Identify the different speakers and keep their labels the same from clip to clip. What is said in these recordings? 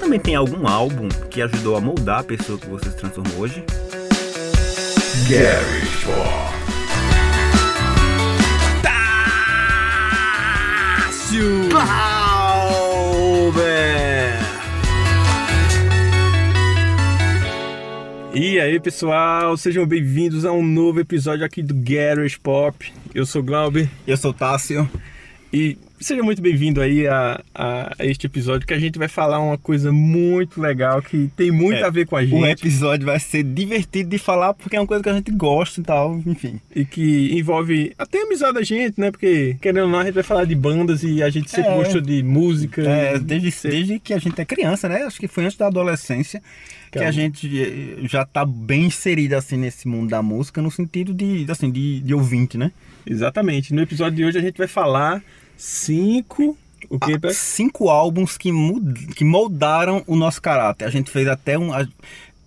Speaker 1: também tem algum álbum que ajudou a moldar a pessoa que você se transformou hoje?
Speaker 2: Garage Bar.
Speaker 1: Tássio Glauber!
Speaker 3: E aí pessoal, sejam bem-vindos a um novo episódio aqui do Garage Pop. Eu sou o Glauber
Speaker 1: Eu sou o Tássio.
Speaker 3: e seja muito bem-vindo aí a, a este episódio que a gente vai falar uma coisa muito legal que tem muito
Speaker 1: É,
Speaker 3: a ver com a
Speaker 1: O
Speaker 3: gente
Speaker 1: episódio vai ser divertido de falar porque é uma coisa que a gente gosta e tal, enfim.
Speaker 3: e que envolve até a amizade da gente, né? Porque querendo ou não, a gente vai falar de bandas e a gente sempre
Speaker 1: É.
Speaker 3: gostou de música.
Speaker 1: É,
Speaker 3: e-
Speaker 1: desde, desde que a gente é criança, né? Acho que foi antes da adolescência que
Speaker 3: Calma.
Speaker 1: a gente eh, já tá bem inserida assim nesse mundo da música no sentido de assim de, de ouvinte, né?
Speaker 3: Exatamente. No episódio de hoje a gente vai falar cinco. O que?
Speaker 1: Ah, Cinco álbuns que, mud- que moldaram o nosso caráter. A gente fez até um. a-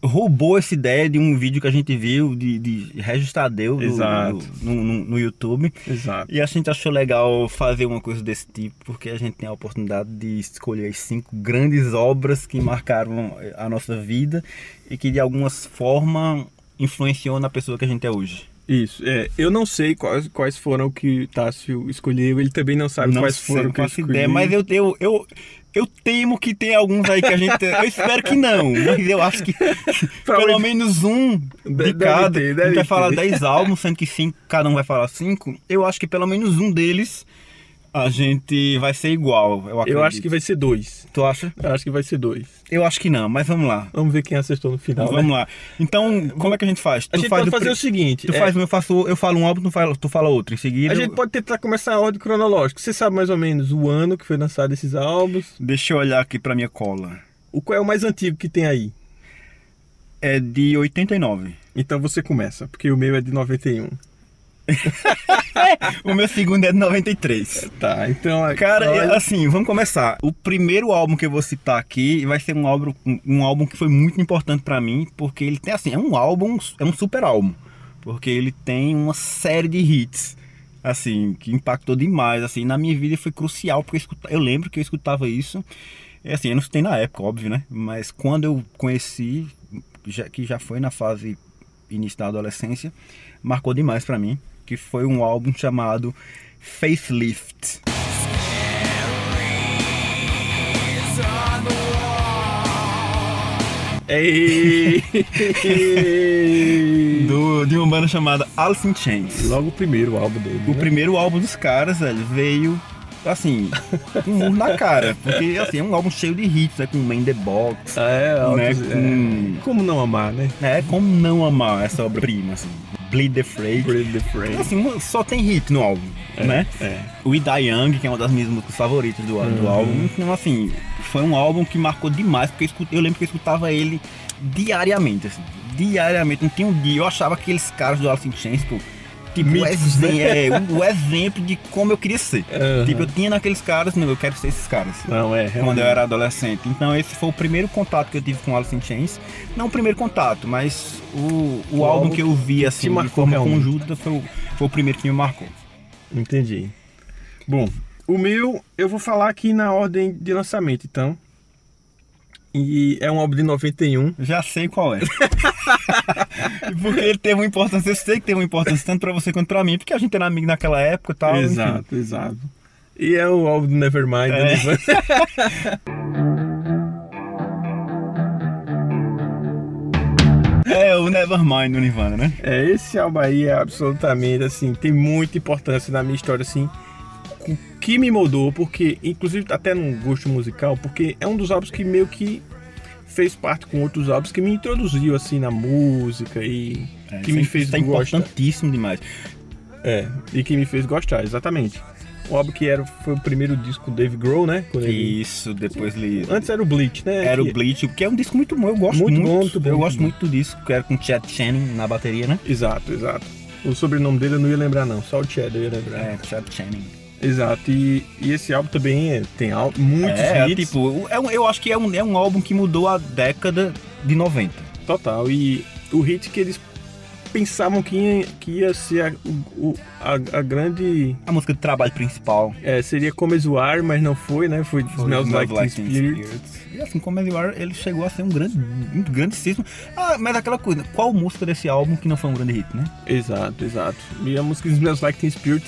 Speaker 1: roubou essa ideia de um vídeo que a gente viu de, de Registadeu do-
Speaker 3: Exato.
Speaker 1: do- no, no- no YouTube.
Speaker 3: Exato.
Speaker 1: E a gente achou legal fazer uma coisa desse tipo, porque a gente tem a oportunidade de escolher as cinco grandes obras que marcaram a nossa vida e que de alguma forma influenciou na pessoa que a gente é hoje.
Speaker 3: Isso. É, eu não sei quais, quais foram que o Tássio escolheu. Ele também não sabe
Speaker 1: não
Speaker 3: quais
Speaker 1: sei,
Speaker 3: foram
Speaker 1: não
Speaker 3: que eu
Speaker 1: faço
Speaker 3: escolhi.
Speaker 1: ideia, mas eu, eu, eu, eu temo que tenha alguns aí que a gente. Eu espero que não, mas eu acho que pelo
Speaker 3: Provavelmente-
Speaker 1: menos um de
Speaker 3: Deve
Speaker 1: cada.
Speaker 3: ter,
Speaker 1: a
Speaker 3: deve
Speaker 1: gente vai falar
Speaker 3: ter.
Speaker 1: 10 álbuns, sendo que cinco, cada um vai falar cinco. Eu acho que pelo menos um deles a gente vai ser igual. Eu,
Speaker 3: Eu
Speaker 1: acredito.
Speaker 3: acho que vai ser dois.
Speaker 1: Tu acha?
Speaker 3: Eu acho que vai ser dois.
Speaker 1: Eu acho que não, mas vamos lá.
Speaker 3: Vamos ver quem acertou no final. né?
Speaker 1: vamos lá. Então, como é que a gente faz?
Speaker 3: A gente
Speaker 1: faz
Speaker 3: pode
Speaker 1: o
Speaker 3: fazer
Speaker 1: pri-
Speaker 3: o seguinte.
Speaker 1: Tu
Speaker 3: é,
Speaker 1: faz um, eu, faço, eu falo um álbum, tu fala, tu fala outro. Em seguida.
Speaker 3: a
Speaker 1: eu-
Speaker 3: gente pode tentar começar a ordem cronológica. Você sabe mais ou menos o ano que foi lançado esses álbuns?
Speaker 1: Deixa eu olhar aqui pra minha cola.
Speaker 3: O qual é o mais antigo que tem aí?
Speaker 1: É de 89.
Speaker 3: Então você começa, porque o meu é de 91.
Speaker 1: O meu segundo é de 93.
Speaker 3: Tá, então.
Speaker 1: Cara,
Speaker 3: olha-
Speaker 1: é assim, vamos começar. O primeiro álbum que eu vou citar aqui vai ser um álbum, um álbum que foi muito importante pra mim, porque ele tem assim, é um álbum, é um super álbum, porque ele tem uma série de hits, assim, que impactou demais, assim, na minha vida foi crucial, porque eu, escuta- eu lembro que eu escutava isso, é assim, eu não escutei na época, óbvio, né, mas quando eu conheci, já- que já foi na fase início da adolescência, marcou demais pra mim, que foi um álbum chamado Facelift.
Speaker 3: Ei!
Speaker 1: do, de uma banda chamada Alice in Chains.
Speaker 3: Logo o primeiro álbum dele.
Speaker 1: O
Speaker 3: né?
Speaker 1: primeiro álbum dos caras, velho, veio assim, um murro na cara. Porque assim, é um álbum cheio de hits, né? Com Man the Box,
Speaker 3: Ah, é,
Speaker 1: né?
Speaker 3: altos, é.
Speaker 1: Com.
Speaker 3: Como não amar, né?
Speaker 1: É, como não amar essa obra-prima, assim. Bleed the Freight.
Speaker 3: Breathe the Frame.
Speaker 1: Assim, uma- só tem hit no álbum, né?
Speaker 3: É.
Speaker 1: We Die Young, que é uma das minhas músicas favoritas do,
Speaker 3: Uhum.
Speaker 1: do álbum. Então, assim, foi um álbum que marcou demais, porque eu, escu- eu lembro que eu escutava ele diariamente, assim, diariamente. Não tinha um dia, eu achava aqueles caras do Alice in Chains, pô, tipo, o,
Speaker 3: Míticos, né? Uhum.
Speaker 1: exe- é, o- o exemplo de como eu queria ser.
Speaker 3: Aham.
Speaker 1: Tipo, eu tinha naqueles caras, não, eu quero ser esses caras. assim,
Speaker 3: Não, é.
Speaker 1: Quando
Speaker 3: realmente.
Speaker 1: eu era adolescente. Então esse foi o primeiro contato que eu tive com Alice in Chains. Não o primeiro contato, mas o, o,
Speaker 3: O
Speaker 1: álbum
Speaker 3: álbum
Speaker 1: que eu vi assim, de
Speaker 3: marcou
Speaker 1: forma
Speaker 3: realmente.
Speaker 1: conjunta foi o, foi o primeiro que me marcou.
Speaker 3: Entendi. Bom, o meu eu vou falar aqui na ordem de lançamento, então. E é um álbum de 91.
Speaker 1: Já sei qual é. porque ele teve uma importância, eu sei que teve uma importância tanto pra você quanto pra mim, porque a gente era amigo naquela época e tal. enfim.
Speaker 3: exato, exato. Ah, E é o álbum do Nevermind.
Speaker 1: É.
Speaker 3: né?
Speaker 1: É o Nevermind do Nirvana, né?
Speaker 3: É, esse álbum aí é absolutamente, assim, tem muita importância na minha história, assim, o que me moldou, porque, inclusive até num gosto musical, porque é um dos álbuns que meio que fez parte com outros álbuns, que me introduziu, assim, na música e
Speaker 1: É,
Speaker 3: que
Speaker 1: isso
Speaker 3: me
Speaker 1: é-
Speaker 3: fez
Speaker 1: isso é
Speaker 3: gostar.
Speaker 1: importantíssimo demais.
Speaker 3: É, e que me fez gostar, exatamente. O álbum que era, foi o primeiro disco do Dave Grohl, né? Quando ele-
Speaker 1: Isso, depois ele.
Speaker 3: Antes era o Bleach, né?
Speaker 1: Era o
Speaker 3: Que-
Speaker 1: Bleach, que é um disco muito bom, eu gosto
Speaker 3: Muito
Speaker 1: muito.
Speaker 3: bom, muito bom,
Speaker 1: eu
Speaker 3: muito
Speaker 1: gosto
Speaker 3: bom.
Speaker 1: muito do disco, que era com o Chad Channing na bateria, né?
Speaker 3: Exato, exato. O sobrenome dele eu não ia lembrar, não. Só o Chad eu ia lembrar.
Speaker 1: É, Chad Channing.
Speaker 3: Exato, e, e esse álbum também é- tem al- muitos
Speaker 1: é,
Speaker 3: hits
Speaker 1: tipo, é um- eu acho que é um, é um álbum que mudou a década de 90.
Speaker 3: total. E o hit que eles pensavam que ia, que ia ser a, o- a- a grande.
Speaker 1: A música de trabalho principal.
Speaker 3: é, seria Come As You Are, mas não foi, né? Foi,
Speaker 1: Foi
Speaker 3: Smells, Like, Teen Spirit.
Speaker 1: Spirit. E assim, como ele era, ele chegou a ser um grande, um grande cisma. Ah, mas aquela coisa, qual música desse álbum que não foi um grande hit, né?
Speaker 3: Exato, exato. E a música Smells Like Teen Spirit,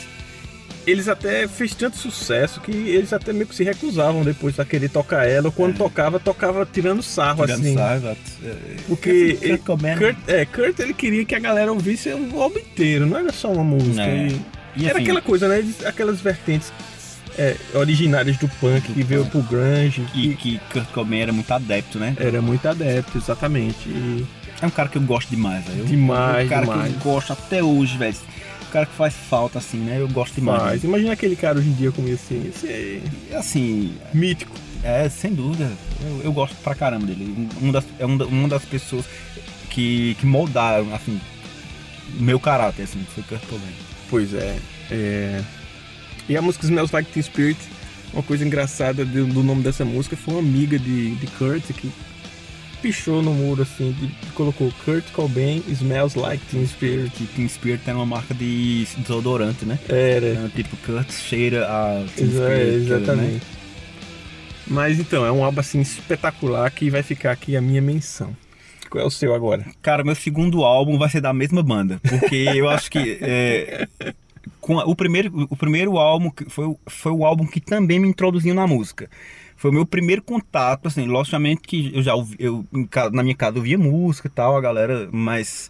Speaker 3: eles até fez tanto sucesso que eles até meio que se recusavam depois a querer tocar ela. Ou quando tocava, tocava É. tirando sarro,
Speaker 1: Tirando
Speaker 3: assim.
Speaker 1: sarro, exato. É,
Speaker 3: Porque
Speaker 1: assim, Kurt
Speaker 3: ele-
Speaker 1: Cobain-
Speaker 3: Kurt, é, Kurt, ele queria que a galera ouvisse o álbum inteiro, não era só uma música.
Speaker 1: É.
Speaker 3: E-
Speaker 1: e
Speaker 3: era
Speaker 1: assim,
Speaker 3: aquela coisa, né? Eles- Aquelas vertentes é, originárias do punk
Speaker 1: Do
Speaker 3: que veio
Speaker 1: punk.
Speaker 3: pro grunge.
Speaker 1: E
Speaker 3: que
Speaker 1: que Kurt Cobain era muito adepto, né?
Speaker 3: era muito adepto, exatamente. E
Speaker 1: É um cara que eu gosto demais, velho. Eu-
Speaker 3: Demais,
Speaker 1: Um cara
Speaker 3: demais.
Speaker 1: que eu gosto até hoje, velho. Um cara que faz falta, assim, né? Eu gosto demais.
Speaker 3: mas imagina aquele cara hoje em dia como assim, esse é
Speaker 1: E assim,
Speaker 3: mítico.
Speaker 1: É, sem dúvida. Eu, eu gosto pra caramba dele. Um das, é um da- uma das pessoas que, que moldaram, assim, meu caráter, assim, foi Kurt Cobain.
Speaker 3: Pois é. é. E a música Smells Like Teen Spirit, uma coisa engraçada do, do nome dessa música, foi uma amiga de, de Kurt que pichou no muro assim, de- colocou Kurt Cobain Smells Like Teen Spirit.
Speaker 1: Que Team Spirit tem uma marca de desodorante, né?
Speaker 3: Era.
Speaker 1: Então, tipo, Kurt cheira a Team
Speaker 3: É. Exa-
Speaker 1: Spirit. né?
Speaker 3: exatamente. Mas então, é um álbum assim espetacular que vai ficar aqui a minha menção. Qual é o seu agora?
Speaker 1: Cara, meu segundo álbum vai ser da mesma banda. Porque eu acho que. é, com a- o, primeiro, o primeiro álbum que foi, o- foi o álbum que também me introduziu na música. Foi o meu primeiro contato, assim, logicamente que eu já ouvi, eu, em ca- na minha casa ouvia música e tal, a galera, mas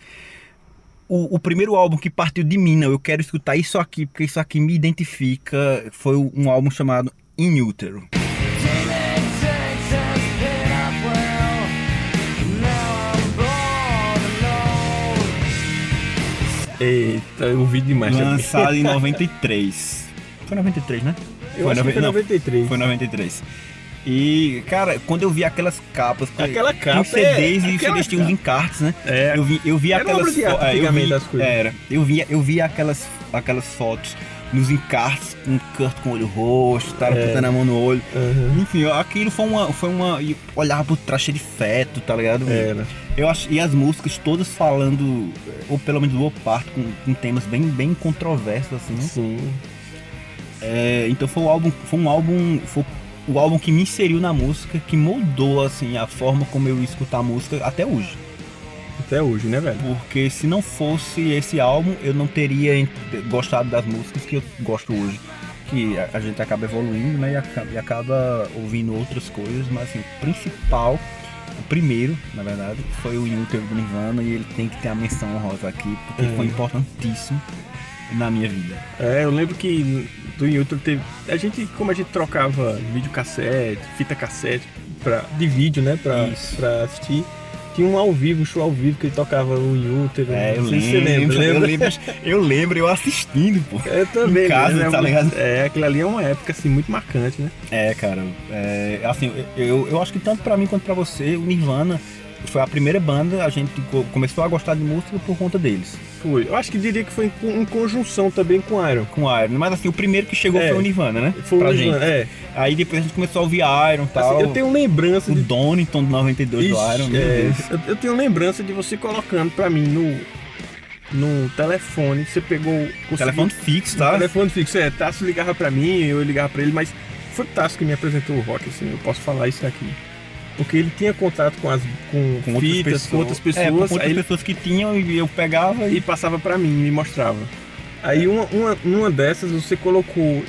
Speaker 1: o, o primeiro álbum que partiu de mim, não, eu quero escutar isso aqui, porque isso aqui me identifica, foi um álbum chamado In Utero.
Speaker 3: Eita, eu ouvi demais. também.
Speaker 1: Lançado em 93. Foi 93, né?
Speaker 3: Eu
Speaker 1: foi
Speaker 3: acho que
Speaker 1: nove-
Speaker 3: foi
Speaker 1: não,
Speaker 3: 93.
Speaker 1: Foi 93. E, cara, quando eu vi aquelas capas. porque
Speaker 3: Aquela capa
Speaker 1: Os CDs
Speaker 3: é-
Speaker 1: e os
Speaker 3: aquela
Speaker 1: CDs tinham uns encartes, né?
Speaker 3: É,
Speaker 1: Eu vi, eu vi
Speaker 3: Era
Speaker 1: aquelas.
Speaker 3: obra de arte
Speaker 1: fo- é, eu
Speaker 3: antigamente
Speaker 1: vi,
Speaker 3: das coisas.
Speaker 1: Era. Eu vi, eu vi aquelas, aquelas fotos nos encartes, com Kurt com o olho roxo, tava
Speaker 3: É.
Speaker 1: botando a mão no olho.
Speaker 3: aham.
Speaker 1: Enfim, aquilo foi uma. Foi uma e olhava pro trás cheio de feto, tá ligado?
Speaker 3: Era.
Speaker 1: Eu acho, e as músicas todas falando, ou pelo menos boa parte, com, com temas bem, bem controversos, assim, né?
Speaker 3: Sim.
Speaker 1: É, então foi um álbum, foi um álbum, foi o álbum que me inseriu na música, que moldou assim a forma como eu ia escutar a música até hoje.
Speaker 3: Até hoje, né, velho?
Speaker 1: Porque se não fosse esse álbum, eu não teria en- gostado das músicas que eu gosto hoje. Que a, a gente acaba evoluindo, né? E acaba, e acaba ouvindo outras coisas, mas assim, o principal, o primeiro, na verdade, foi o Inútero do Nirvana e ele tem que ter a menção honrosa aqui, porque
Speaker 3: É.
Speaker 1: foi importantíssimo na minha vida.
Speaker 3: É, eu lembro que do YouTube teve. A gente, como a gente trocava videocassete, fita cassete pra, de vídeo, né? Pra,
Speaker 1: Isso.
Speaker 3: pra assistir. Tinha um ao vivo, um show ao vivo que ele tocava o Inútero.
Speaker 1: É, eu
Speaker 3: não
Speaker 1: lembro,
Speaker 3: sei se você lembra,
Speaker 1: eu
Speaker 3: lembra?
Speaker 1: lembro, eu lembro eu assistindo, pô.
Speaker 3: Eu também.
Speaker 1: Em casa,
Speaker 3: né?
Speaker 1: tá ligado?
Speaker 3: É, aquilo ali é uma época, assim, muito marcante, né?
Speaker 1: É, cara, é, assim, eu, eu acho que tanto pra mim quanto pra você, o Nirvana foi a primeira banda, a gente co- começou a gostar de música por conta deles,
Speaker 3: Foi. Eu acho que diria que foi em, co- em conjunção também com o Iron.
Speaker 1: com Iron. Mas assim, o primeiro que chegou
Speaker 3: É.
Speaker 1: foi o Nirvana, né?
Speaker 3: Foi
Speaker 1: pra
Speaker 3: o Ivan,
Speaker 1: gente.
Speaker 3: é.
Speaker 1: Aí depois a gente começou a ouvir Iron e tal.
Speaker 3: Assim, eu tenho lembrança
Speaker 1: O
Speaker 3: de
Speaker 1: Donington do 92 do
Speaker 3: Ixi,
Speaker 1: Iron, meu
Speaker 3: é,
Speaker 1: Deus.
Speaker 3: eu, eu tenho lembrança de você colocando pra mim no, no telefone, você pegou... conseguiu-
Speaker 1: Telefone fixo, tá?
Speaker 3: Telefone fixo, é, Tasso ligava pra mim, eu ligava pra ele, mas foi o Tasso que me apresentou o rock, assim, eu posso falar isso aqui. Porque ele tinha contato com as com,
Speaker 1: Com outras
Speaker 3: fitas,
Speaker 1: pessoas.
Speaker 3: com outras
Speaker 1: É, com
Speaker 3: pessoas,
Speaker 1: outras
Speaker 3: aí ele-
Speaker 1: pessoas que tinham e eu pegava e...
Speaker 3: e passava pra mim, me mostrava. Aí uma, uma, uma dessas você colocou,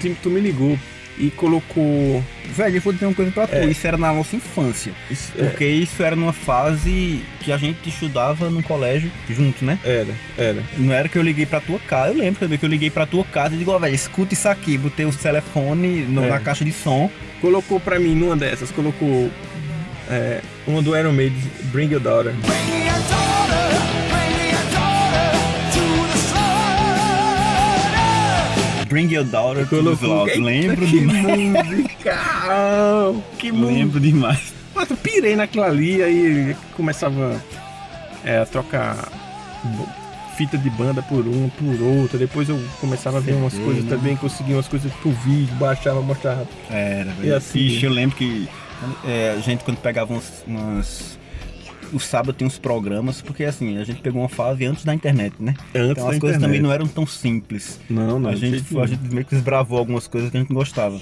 Speaker 3: tu, tu me ligou e colocou...
Speaker 1: Velho, eu vou dizer uma coisa pra tu,
Speaker 3: É.
Speaker 1: isso era na nossa infância.
Speaker 3: isso- é,
Speaker 1: Porque isso era numa fase que a gente estudava no colégio junto, né?
Speaker 3: era, era.
Speaker 1: Não era que eu liguei pra tua casa, eu lembro também que eu liguei pra tua casa e digo, ó, velho, escuta isso aqui, botei o telefone no-
Speaker 3: É.
Speaker 1: na caixa de som.
Speaker 3: colocou pra mim numa dessas, colocou é, uma do Iron Maiden, Bring Your Daughter.
Speaker 1: Bring your daughter to the
Speaker 3: Colocou.
Speaker 1: Loud.
Speaker 3: Eita,
Speaker 1: Lembro
Speaker 3: que
Speaker 1: demais.
Speaker 3: musical! Que musical!
Speaker 1: Lembro demais.
Speaker 3: Mas eu pirei naquilo ali, aí ele começava é, a trocar bo- fita de banda por uma, por outra. Depois eu começava a ver umas
Speaker 1: CD,
Speaker 3: coisas
Speaker 1: né?
Speaker 3: também, conseguia umas coisas por vídeo, baixava, mostrava.
Speaker 1: Era,
Speaker 3: E
Speaker 1: velho.
Speaker 3: assim-
Speaker 1: Ixi, eu lembro que é, a gente quando pegava uns, umas, o sábado tem uns programas, porque assim, a gente pegou uma fase antes da internet, né?
Speaker 3: Antes
Speaker 1: então
Speaker 3: da
Speaker 1: as coisas
Speaker 3: internet.
Speaker 1: também não eram tão simples.
Speaker 3: Não, não.
Speaker 1: a,
Speaker 3: de
Speaker 1: gente,
Speaker 3: jeito
Speaker 1: a gente meio que desbravou algumas coisas que a gente não gostava.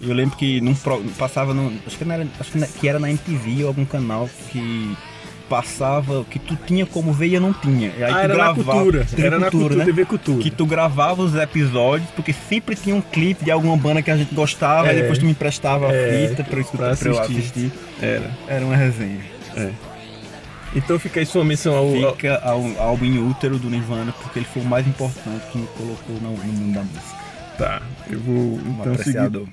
Speaker 1: E Eu lembro que num pro- passava num- Acho que, não era, acho que na- que era na MTV ou algum canal que passava que tu tinha como ver e eu não tinha. E aí
Speaker 3: nenhum.
Speaker 1: tu
Speaker 3: Ah, era na
Speaker 1: gravava,
Speaker 3: cultura.
Speaker 1: TV
Speaker 3: Era na cultura,
Speaker 1: né?
Speaker 3: TV Cultura.
Speaker 1: Que tu gravava os episódios, porque sempre tinha um clipe de alguma banda que a gente gostava,
Speaker 3: É.
Speaker 1: e depois tu me emprestava
Speaker 3: É,
Speaker 1: a fita pra eu escutar,
Speaker 3: pra
Speaker 1: pra eu
Speaker 3: assistir.
Speaker 1: assistir.
Speaker 3: Era.
Speaker 1: Era uma resenha.
Speaker 3: Então fica aí sua menção ao. ao-
Speaker 1: Fica ao álbum em útero do Nirvana, porque ele foi o mais importante que me colocou no mundo da música.
Speaker 3: Tá. Eu vou
Speaker 1: Um
Speaker 3: então seguir
Speaker 1: apreciador.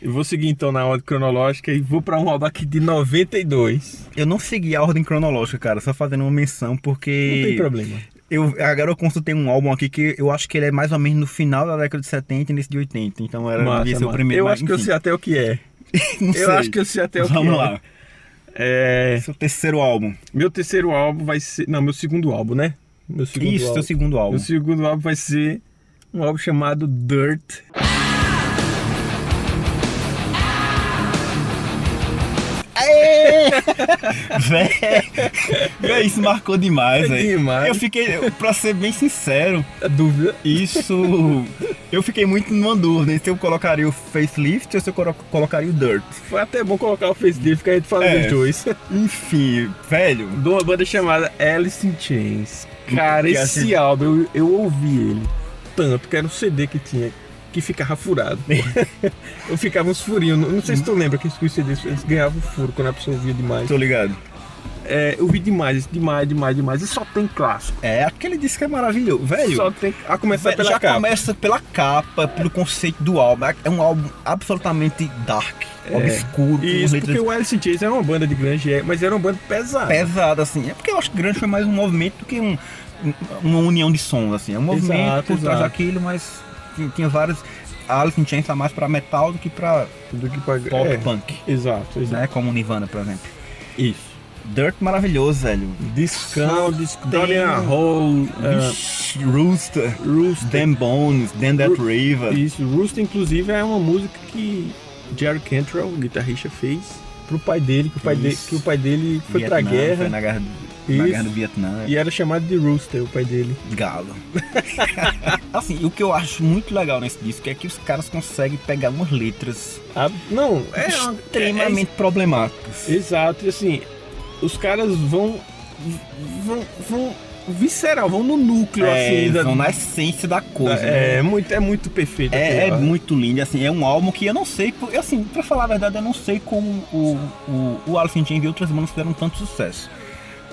Speaker 3: Eu vou seguir então na ordem cronológica e vou pra um álbum aqui de 92.
Speaker 1: Eu não segui a ordem cronológica, cara, só fazendo uma menção,
Speaker 3: Não tem
Speaker 1: porque.
Speaker 3: problema.
Speaker 1: eu, agora eu consultei um álbum aqui que eu acho que ele é mais ou menos no final da década de 70 e início de 80, então era
Speaker 3: Massa,
Speaker 1: devia ser o
Speaker 3: massa.
Speaker 1: primeiro.
Speaker 3: eu
Speaker 1: mas,
Speaker 3: acho que eu
Speaker 1: enfim,
Speaker 3: sei até o que é.
Speaker 1: não
Speaker 3: Eu
Speaker 1: sei.
Speaker 3: acho que eu sei até o que
Speaker 1: Vamos
Speaker 3: é.
Speaker 1: lá.
Speaker 3: É,
Speaker 1: Seu terceiro álbum.
Speaker 3: Meu terceiro álbum vai ser. Não, meu segundo álbum, né? Meu segundo
Speaker 1: Isso,
Speaker 3: álbum.
Speaker 1: seu segundo álbum.
Speaker 3: Meu segundo álbum vai ser um álbum chamado Dirt.
Speaker 1: Véi, isso marcou demais,
Speaker 3: É
Speaker 1: velho.
Speaker 3: demais.
Speaker 1: Eu fiquei, eu- pra ser bem sincero,
Speaker 3: A dúvida.
Speaker 1: isso. Eu fiquei muito numa dúvida se eu colocaria o facelift ou se eu colo- colocaria o dirt.
Speaker 3: Foi até bom colocar o face dele, fica a gente falando
Speaker 1: É.
Speaker 3: dos dois.
Speaker 1: Enfim, velho.
Speaker 3: De uma banda chamada Alice in Chains. Cara,
Speaker 1: Que
Speaker 3: esse
Speaker 1: assim-
Speaker 3: álbum eu, eu ouvi ele tanto, que era um CD que tinha que ficava furado. porra. eu ficava uns furinhos. Não, não sei se tu lembra que os CDs eles ganhavam furo quando a pessoa ouvia demais.
Speaker 1: Tô ligado.
Speaker 3: É, eu vi demais, demais, demais, demais. E só tem clássico.
Speaker 1: É, aquele disco é maravilhoso. Velho,
Speaker 3: Só tem. A começar
Speaker 1: Vé-
Speaker 3: pela
Speaker 1: já
Speaker 3: capa.
Speaker 1: começa pela capa, pelo conceito do álbum. É um álbum absolutamente dark, obscuro, com
Speaker 3: E É. Isso
Speaker 1: letras
Speaker 3: porque o Alice in Chains era uma banda de grunge, é, mas era uma banda pesada.
Speaker 1: pesada, assim. É porque eu acho que grunge foi mais um movimento do que um, um- uma união de sons, assim. É um movimento
Speaker 3: Exato,
Speaker 1: por trás
Speaker 3: exato.
Speaker 1: daquilo, mas tinha, tinha vários... A Alice in Chains tá mais pra metal do que pra
Speaker 3: Do que pra...
Speaker 1: pop
Speaker 3: é,
Speaker 1: punk,
Speaker 3: Exato, exato.
Speaker 1: né? Como o Nirvana, por exemplo.
Speaker 3: Isso.
Speaker 1: Dirt maravilhoso, velho.
Speaker 3: Discão, discão.
Speaker 1: tem-
Speaker 3: Dorian Hole, ah,
Speaker 1: Vixe, Rooster,
Speaker 3: Roost.
Speaker 1: Damn Bones, Damn That
Speaker 3: Ru-
Speaker 1: River.
Speaker 3: é, Isso, Rooster inclusive é uma música que Jerry Cantrell, o guitarrista, fez pro pai dele, que o pai, dele,
Speaker 1: Isso.
Speaker 3: que o pai dele foi pra
Speaker 1: Vietnã,
Speaker 3: guerra
Speaker 1: Foi na guerra, na
Speaker 3: Isso.
Speaker 1: guerra do Vietnã.
Speaker 3: e era chamado de Rooster, o pai dele.
Speaker 1: Galo. assim, e o que eu acho muito legal nesse disco é que os caras conseguem pegar umas letras
Speaker 3: Ah, não, é uma-
Speaker 1: extremamente problemáticas.
Speaker 3: é- exato, e assim, os caras vão vão vão visceral, vão no núcleo
Speaker 1: É,
Speaker 3: assim da,
Speaker 1: são na essência da
Speaker 3: da-
Speaker 1: coisa. né?
Speaker 3: é, muito é muito perfeito.
Speaker 1: É, é
Speaker 3: aquilo lá.
Speaker 1: muito lindo, assim, é um álbum que eu não sei, por- eu, assim, pra falar a verdade, eu não sei como o, o, o Alice in Chains e outras bandas fizeram tanto sucesso.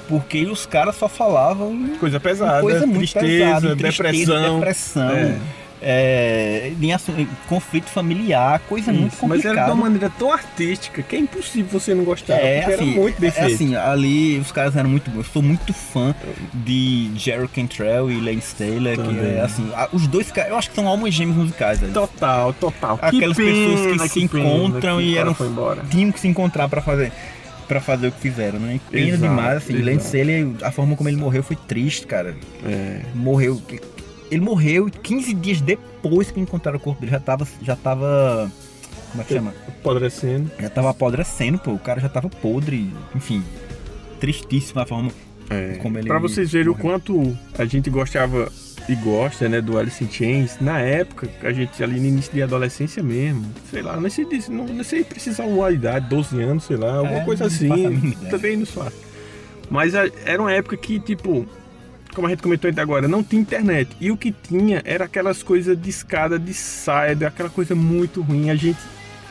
Speaker 1: Porque os caras só falavam em
Speaker 3: coisa pesada,
Speaker 1: coisa muito
Speaker 3: tristeza,
Speaker 1: pesada, em tristeza,
Speaker 3: depressão.
Speaker 1: depressão
Speaker 3: É.
Speaker 1: é, em assu- em conflito familiar, coisa é muito
Speaker 3: Isso, mas
Speaker 1: complicada.
Speaker 3: era de uma maneira tão artística que é impossível você não gostar.
Speaker 1: É,
Speaker 3: porque
Speaker 1: assim,
Speaker 3: era muito bem
Speaker 1: É
Speaker 3: feito.
Speaker 1: assim, ali os caras eram muito bons. Eu sou muito fã de Jerry Cantrell e Lance Taylor, que
Speaker 3: Também.
Speaker 1: é assim, a- os dois, ca- eu acho que são almas gêmeas musicais. velho.
Speaker 3: Total, total.
Speaker 1: Aquelas pessoas que se encontram e
Speaker 3: o cara
Speaker 1: eram-
Speaker 3: Foi embora.
Speaker 1: Tinham que se encontrar pra fazer para fazer o que fizeram, né? E Pena
Speaker 3: Exato,
Speaker 1: demais, assim, Lance
Speaker 3: exato.
Speaker 1: Taylor, a forma como ele morreu foi triste, cara.
Speaker 3: É,
Speaker 1: Morreu, ele morreu 15 dias depois que encontraram o corpo dele, já tava, já tava como é que chama?
Speaker 3: apodrecendo.
Speaker 1: Já tava apodrecendo, pô, o cara já tava podre, enfim. Tristíssima a forma como ele
Speaker 3: Pra vocês verem o
Speaker 1: morreu.
Speaker 3: quanto a gente gostava e gosta, né, do Alice in Chains. Na época, a gente ali no início de adolescência mesmo, sei lá, não sei, disso, não, não sei precisar uma idade, 12 anos, sei lá, alguma
Speaker 1: É,
Speaker 3: coisa
Speaker 1: não
Speaker 3: assim.
Speaker 1: faço a mínima ideia.
Speaker 3: Também não faço. Mas a- era uma época que, tipo, como a gente comentou ainda agora, não tinha internet. E o que tinha era aquelas coisas de escada, de cyber, aquela coisa muito ruim. A gente,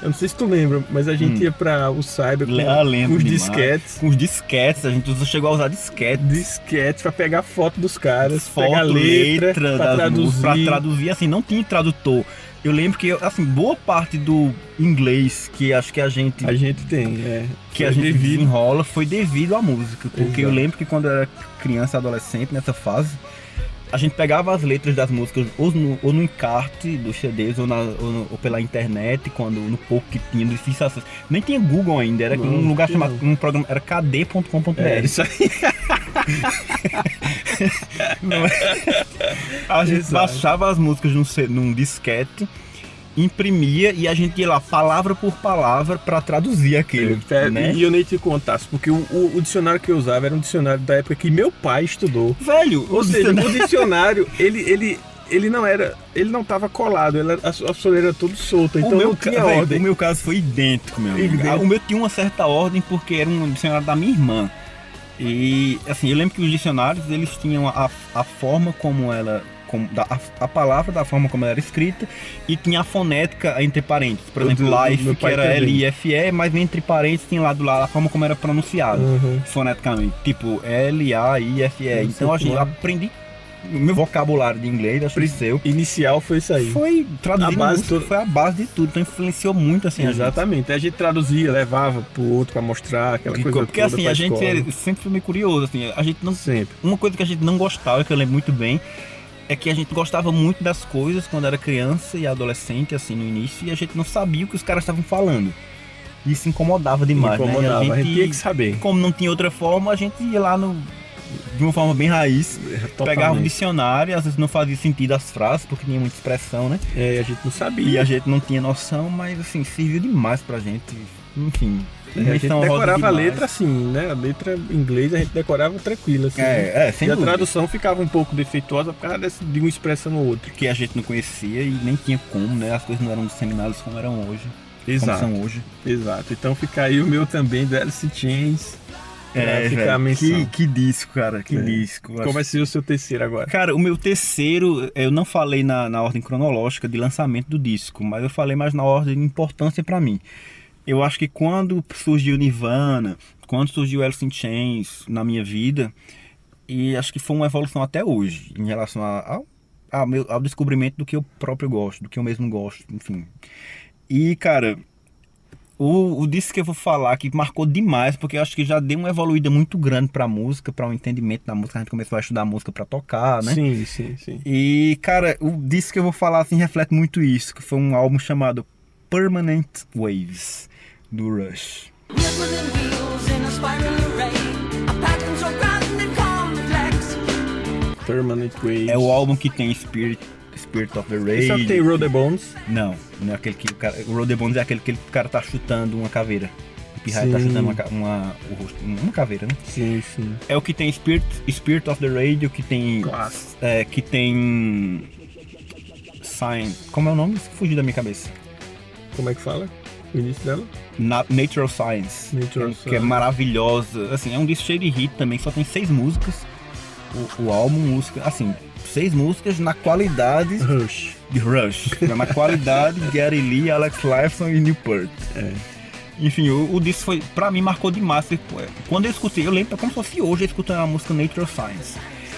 Speaker 3: eu não sei se tu lembra, mas a gente
Speaker 1: Hum.
Speaker 3: ia pra o cyber com
Speaker 1: Ah, lembro
Speaker 3: os
Speaker 1: demais.
Speaker 3: disquetes.
Speaker 1: com os disquetes, a gente usa- chegou a usar disquetes.
Speaker 3: Disquete pra pegar foto dos caras,
Speaker 1: Foto,
Speaker 3: pegar letra,
Speaker 1: letra,
Speaker 3: pra
Speaker 1: das músicas,
Speaker 3: traduzir.
Speaker 1: pra traduzir, assim, não tinha tradutor. Eu lembro que, assim, boa parte do inglês que acho que a gente,
Speaker 3: A gente tem, é.
Speaker 1: que a
Speaker 3: foi
Speaker 1: gente
Speaker 3: devido.
Speaker 1: desenrola foi devido à música. Porque eu
Speaker 3: Exato.
Speaker 1: lembro que quando eu era criança, adolescente, nessa fase, a gente pegava as letras das músicas ou no, ou no encarte dos CDs ou, na- ou no- ou pela internet, quando no pouco que tinha, dos acessos. Nem tinha Google ainda, era
Speaker 3: Não,
Speaker 1: um lugar
Speaker 3: tinha
Speaker 1: chamado, um programa, era kd.com.br.
Speaker 3: É, isso aí.
Speaker 1: A gente
Speaker 3: Exato.
Speaker 1: é? baixava as músicas num, C- num disquete imprimia e a gente ia lá palavra por palavra pra traduzir aquele.
Speaker 3: É,
Speaker 1: né?
Speaker 3: E eu nem te contasse, porque o, o- o dicionário que eu usava era um dicionário da época que meu pai estudou.
Speaker 1: Velho,
Speaker 3: Ou
Speaker 1: o
Speaker 3: seja,
Speaker 1: dicionário-
Speaker 3: o dicionário, ele, ele, ele não era. Ele não tava colado, ele era, a su- a soleira era todo solta, então
Speaker 1: o meu,
Speaker 3: não
Speaker 1: ca-
Speaker 3: tinha
Speaker 1: velho,
Speaker 3: ordem.
Speaker 1: o meu caso foi idêntico, meu amigo.
Speaker 3: Idêntico.
Speaker 1: O meu tinha uma certa ordem porque era um dicionário da minha irmã. E assim, eu lembro que os dicionários eles tinham a, a forma como ela. como- da- a, a palavra da forma como ela era escrita e tinha a fonética entre parênteses. Por
Speaker 3: Eu
Speaker 1: exemplo,
Speaker 3: tenho-
Speaker 1: life,
Speaker 3: meu
Speaker 1: que
Speaker 3: pai
Speaker 1: era
Speaker 3: também.
Speaker 1: L-I-F-E, mas entre parênteses tinha lá do lado a forma como era pronunciado
Speaker 3: Uhum.
Speaker 1: foneticamente. Tipo L-A-I-F-E.
Speaker 3: Não sei
Speaker 1: Então assim,
Speaker 3: como
Speaker 1: eu
Speaker 3: é.
Speaker 1: aprendi meu vocabulário de inglês, acho que
Speaker 3: Pre-
Speaker 1: o seu.
Speaker 3: Inicial foi isso aí.
Speaker 1: Foi traduzindo
Speaker 3: A base
Speaker 1: música,
Speaker 3: toda.
Speaker 1: foi a base de tudo, então influenciou muito assim. a gente.
Speaker 3: Exatamente. A gente traduzia, levava pro outro pra mostrar aquela
Speaker 1: Porque,
Speaker 3: coisa
Speaker 1: porque
Speaker 3: toda
Speaker 1: assim,
Speaker 3: pra
Speaker 1: a gente
Speaker 3: escola.
Speaker 1: é- sempre foi meio curioso, assim, a gente não
Speaker 3: Sempre.
Speaker 1: uma coisa que a gente não gostava, que eu lembro muito bem, é que a gente gostava muito das coisas quando era criança e adolescente, assim, no início, e a gente não sabia o que os caras estavam falando. Isso incomodava demais,
Speaker 3: incomodava.
Speaker 1: né? E
Speaker 3: A gente tinha que saber.
Speaker 1: como não tinha outra forma, a gente ia lá no de uma forma bem raiz, pegava um o
Speaker 3: Totalmente.
Speaker 1: dicionário, às vezes não fazia sentido as frases, porque tinha muita expressão, né?
Speaker 3: É, a gente não sabia.
Speaker 1: E a gente não tinha noção, mas assim, serviu demais pra gente. Enfim.
Speaker 3: É, a gente
Speaker 1: menção honrosa
Speaker 3: decorava a
Speaker 1: demais.
Speaker 3: letra assim, né? A letra em inglês a gente decorava tranquila, assim.
Speaker 1: É, é,
Speaker 3: e
Speaker 1: sem
Speaker 3: a
Speaker 1: dúvida.
Speaker 3: tradução ficava um pouco defeituosa por causa desse- de uma expressão ou outra.
Speaker 1: Que a gente não conhecia e nem tinha como, né? As coisas não eram disseminadas como eram hoje. Como são hoje.
Speaker 3: Exato. Então fica aí o meu também do Alice Chains. pra ficar É, a
Speaker 1: É, velho,
Speaker 3: menção.
Speaker 1: que, que disco, cara. Que
Speaker 3: É.
Speaker 1: disco.
Speaker 3: Qual vai ser o seu terceiro agora?
Speaker 1: Cara, o meu terceiro, eu não falei na, na ordem cronológica de lançamento do disco, mas eu falei mais na ordem de importância pra mim. Eu acho que quando surgiu Nirvana, quando surgiu Alice in Chains na minha vida, e acho que foi uma evolução até hoje, em relação a- ao, ao meu- ao descobrimento do que eu próprio gosto, do que eu mesmo gosto, enfim. E, cara, o, o disco que eu vou falar que marcou demais, porque eu acho que já deu uma evoluída muito grande pra música, pra um entendimento da música, a gente começou a estudar música pra tocar, né?
Speaker 3: Sim, sim, sim.
Speaker 1: E, cara, o disco que eu vou falar assim reflete muito isso, que foi um álbum chamado Permanent Waves, do Rush.
Speaker 2: Nibbling wheels in a spiral array. A pattern so grand and complex.
Speaker 3: Permanent Waves.
Speaker 1: É o álbum que tem Spirit, Spirit of the
Speaker 3: Esse é o que tem
Speaker 1: Rage.
Speaker 3: Roll the Bones.
Speaker 1: Não, não é aquele que o cara. O Road Bones é aquele que o cara tá chutando uma caveira. O Pirraia tá
Speaker 3: Sim.
Speaker 1: chutando uma, ca- uma, o rosto- uma caveira, né?
Speaker 3: Sim, sim.
Speaker 1: É o que tem Spirit, Spirit of the Rage, o que tem.
Speaker 3: Clássico.
Speaker 1: É, que tem. Sign. Como é o nome? Fugiu da minha cabeça.
Speaker 3: Como é que fala? O início dela?
Speaker 1: Na- Natural Science,
Speaker 3: Natural
Speaker 1: que, que é
Speaker 3: Science.
Speaker 1: maravilhosa. Assim, é um disco cheio de hit também, só tem seis músicas. O, o álbum, música, assim, seis músicas na qualidade
Speaker 3: Rush.
Speaker 1: de Rush, né? na qualidade de Gary Lee, Alex Lifeson e Newport.
Speaker 3: É.
Speaker 1: Enfim, o, o disco foi, pra mim, marcou demais. porque, Quando eu escutei, eu lembro como se fosse hoje escutando a música Natural Science.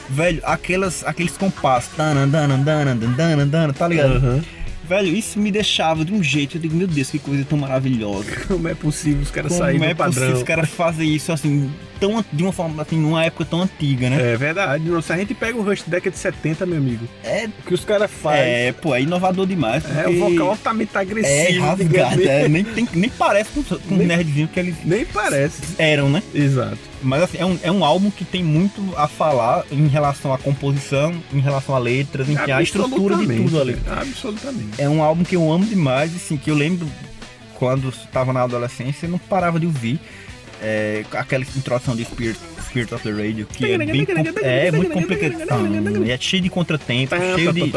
Speaker 1: Velho, aquelas, aqueles compassos, tanan, tanan, tanan, tanan, tanan, tá ligado?
Speaker 3: Aham.
Speaker 1: Velho, isso me deixava de um jeito, eu digo, meu Deus, que coisa tão maravilhosa.
Speaker 3: Como é possível os caras
Speaker 1: Como
Speaker 3: saírem
Speaker 1: é
Speaker 3: do padrão?
Speaker 1: possível os caras fazem isso assim, tão, an- de uma forma assim, numa época tão antiga, né?
Speaker 3: É verdade. Não, Se a gente pega o Rush da década de 70, meu amigo,
Speaker 1: É,
Speaker 3: o que os caras fazem
Speaker 1: é, pô, é inovador demais.
Speaker 3: é,
Speaker 1: porque
Speaker 3: o vocal altamente
Speaker 1: é
Speaker 3: agressivo.
Speaker 1: rasgado,
Speaker 3: digamos,
Speaker 1: é, nem, tem- nem parece com, com o
Speaker 3: Nem-
Speaker 1: nerdzinho que eles
Speaker 3: Nem parece.
Speaker 1: eram, né?
Speaker 3: Exato.
Speaker 1: Mas assim, é um, é um álbum que tem muito a falar em relação à composição, em relação a letras, enfim, a estrutura de tudo ali.
Speaker 3: Absolutamente, Absolutamente.
Speaker 1: É um álbum que eu amo demais, assim, que eu lembro quando estava na adolescência, eu não parava de ouvir. É, aquela introdução de Spirit, Spirit of the Radio, que é, bem, com- é muito complicado. E é cheio de contratempo, cheio de,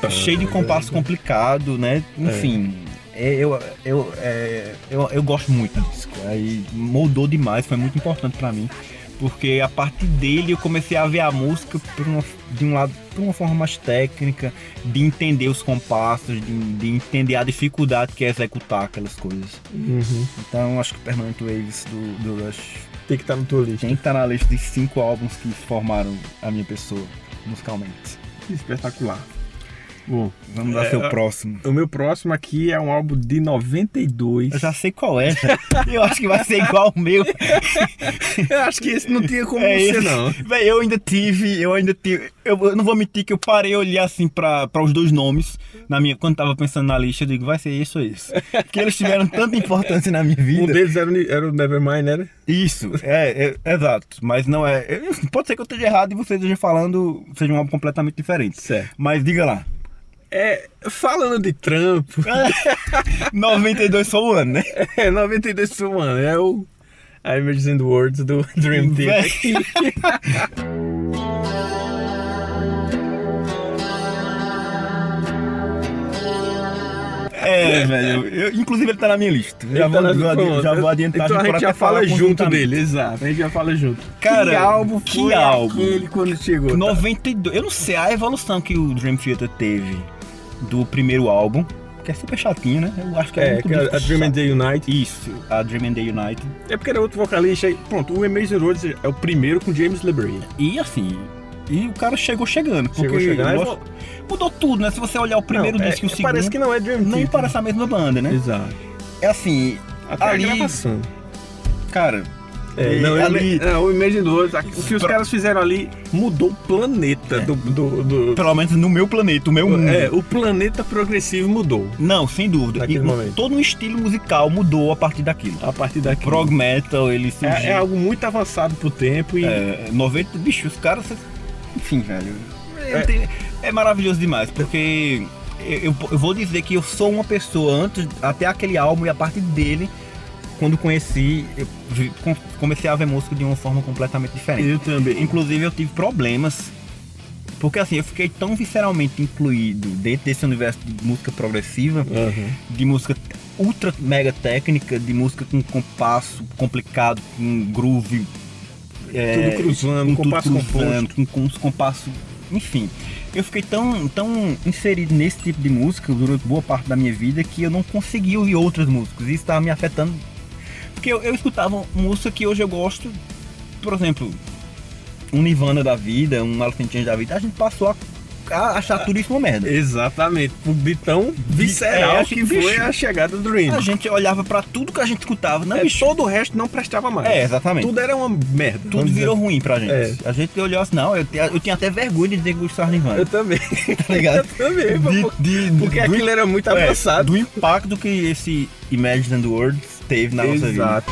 Speaker 1: Tá cheio de compasso complicado, né? Enfim, é, eu, eu, é, eu, eu gosto muito disso. Aí moldou demais, foi muito importante pra mim. Porque a partir dele eu comecei a ver a música por uma- de um lado por uma forma mais técnica, de entender os compassos, de, de entender a dificuldade que é executar aquelas coisas.
Speaker 3: Uhum.
Speaker 1: Então acho que Permanent Waves do, do Rush
Speaker 3: Tem que estar no teu lista.
Speaker 1: tem que estar na lista dos cinco álbuns que formaram a minha pessoa musicalmente.
Speaker 3: Espetacular. Bom,
Speaker 1: Vamos lá
Speaker 3: É,
Speaker 1: seu
Speaker 3: a-
Speaker 1: próximo.
Speaker 3: o meu próximo aqui é um álbum de 92.
Speaker 1: Eu já sei qual é, velho. Eu acho que vai ser igual o meu.
Speaker 3: Eu acho que esse não tinha como
Speaker 1: É
Speaker 3: você,
Speaker 1: esse.
Speaker 3: não.
Speaker 1: Véi, eu ainda tive, eu ainda tive. Eu eu não vou mentir que eu parei a olhar assim pra, pra os dois nomes. Na minha, quando tava pensando na lista, eu digo, vai ser isso ou isso. Porque eles tiveram tanta importância na minha
Speaker 3: Um
Speaker 1: vida.
Speaker 3: deles era, o- era o Nevermind, né? era?
Speaker 1: Isso, é, é, exato. Mas não é. eu- Pode ser que eu esteja errado e você esteja falando, seja um álbum completamente diferente.
Speaker 3: Certo.
Speaker 1: Mas diga lá.
Speaker 3: É, falando de trampo,
Speaker 1: 92 foi o ano, né?
Speaker 3: é 92 por semana, é o I'm Using the Words do Dream Theater.
Speaker 1: É, velho. eu- inclusive ele tá na minha lista. Já,
Speaker 3: Ele
Speaker 1: vou,
Speaker 3: tá nas-
Speaker 1: já adi-
Speaker 3: pronto.
Speaker 1: já vou adiantar.
Speaker 3: Então a gente
Speaker 1: pode
Speaker 3: já
Speaker 1: até
Speaker 3: fala
Speaker 1: falar
Speaker 3: junto
Speaker 1: conjuntamente.
Speaker 3: dele, exato. A gente já fala junto. que
Speaker 1: Cara,
Speaker 3: álbum
Speaker 1: que
Speaker 3: foi
Speaker 1: álbum?
Speaker 3: aquele quando chegou? tá?
Speaker 1: 92. Eu não sei a evolução que o Dream Theater teve do primeiro álbum, que é super chatinho, né? Eu acho que é,
Speaker 3: É, que a, a Dream and Day Unite.
Speaker 1: Isso, a Dream and Day United.
Speaker 3: É porque era outro vocalista aí. Pronto, o Amazing Roads é o primeiro com James né? LeBray.
Speaker 1: E assim. E o cara chegou chegando. Porque
Speaker 3: Chegou chegando,
Speaker 1: eu acho- Mudou tudo, né? Se você olhar o primeiro
Speaker 3: Não, é-
Speaker 1: disco e o
Speaker 3: é-
Speaker 1: segundo.
Speaker 3: Parece que não é Dream
Speaker 1: nem
Speaker 3: Theater.
Speaker 1: parece a mesma banda, né?
Speaker 3: Exato.
Speaker 1: É assim,
Speaker 3: Até
Speaker 1: Ali-
Speaker 3: a gravação.
Speaker 1: cara.
Speaker 3: É,
Speaker 1: e
Speaker 3: não,
Speaker 1: ali-
Speaker 3: ali... não, o Imagine Dragons, o que os caras fizeram ali mudou o
Speaker 1: É.
Speaker 3: planeta do... do, do-
Speaker 1: Pelo menos no meu planeta, o meu mundo.
Speaker 3: é, o planeta progressivo mudou
Speaker 1: Não, sem dúvida.
Speaker 3: Naquele
Speaker 1: E
Speaker 3: momento.
Speaker 1: todo um estilo musical mudou a partir daquilo.
Speaker 3: a partir daqui.
Speaker 1: Prog metal, ele surgiu.
Speaker 3: É, é algo muito avançado pro tempo e...
Speaker 1: É, 90, bicho, os caras. cês- Enfim, velho. eu
Speaker 3: É.
Speaker 1: tenho- É, maravilhoso demais, porque eu, eu- eu vou dizer que eu sou uma pessoa antes, até aquele álbum e a parte dele, quando conheci, eu vi- com- comecei a ver música de uma forma completamente diferente.
Speaker 3: Eu também.
Speaker 1: Inclusive, eu tive problemas. Porque assim, eu fiquei tão visceralmente incluído dentro desse universo de música progressiva de música ultra mega técnica, de música com compasso complicado, com groove. é,
Speaker 3: Tudo cruzando, compasso
Speaker 1: com, com os compassos. Enfim, eu fiquei tão, tão inserido nesse tipo de música durante boa parte da minha vida que eu não conseguia ouvir outras músicas. E isso estava me afetando. Porque eu, eu escutava música que hoje eu gosto, por exemplo, um Nirvana da vida, um Alice in Chains da vida. A gente passou a, a achar tudo isso uma merda.
Speaker 3: Exatamente. De tão visceral
Speaker 1: É, acho
Speaker 3: que
Speaker 1: que,
Speaker 3: foi
Speaker 1: bicho,
Speaker 3: a chegada do Dream.
Speaker 1: A gente olhava pra tudo que a gente escutava, não,
Speaker 3: É,
Speaker 1: bicho,
Speaker 3: todo o resto não prestava mais.
Speaker 1: É, exatamente.
Speaker 3: Tudo era uma merda.
Speaker 1: tudo
Speaker 3: vamos dizer.
Speaker 1: virou ruim pra gente.
Speaker 3: É.
Speaker 1: A gente olhou assim, não, eu, te- eu tinha até vergonha de dizer que gostava de Nirvana,
Speaker 3: Eu também.
Speaker 1: tá ligado?
Speaker 3: Eu também. pô.
Speaker 1: De- de-
Speaker 3: Porque
Speaker 1: do,
Speaker 3: aquilo era muito
Speaker 1: é,
Speaker 3: avançado.
Speaker 1: do impacto que esse Imagine and Words teve na nossa vida.
Speaker 3: Exato.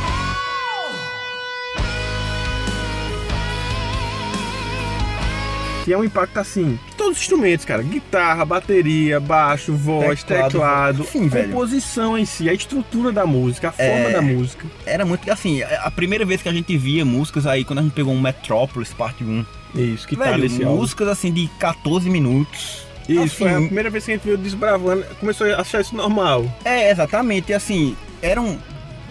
Speaker 3: E é um impacto assim, todos os instrumentos, cara. Guitarra, bateria, baixo, voz,
Speaker 1: Teclado,
Speaker 3: teclado,
Speaker 1: sim, velho.
Speaker 3: composição em si, a estrutura da música, a
Speaker 1: É.
Speaker 3: forma da música.
Speaker 1: Era muito, assim, a a primeira vez que a gente via músicas aí, quando a gente pegou um Metrópolis parte 1,
Speaker 3: Isso, que tá
Speaker 1: velho,
Speaker 3: nesse álbum.
Speaker 1: músicas assim de 14 minutos.
Speaker 3: Isso, foi a
Speaker 1: assim,
Speaker 3: primeira vez que a gente veio desbravando, começou a achar isso normal.
Speaker 1: É, exatamente. E assim, era um,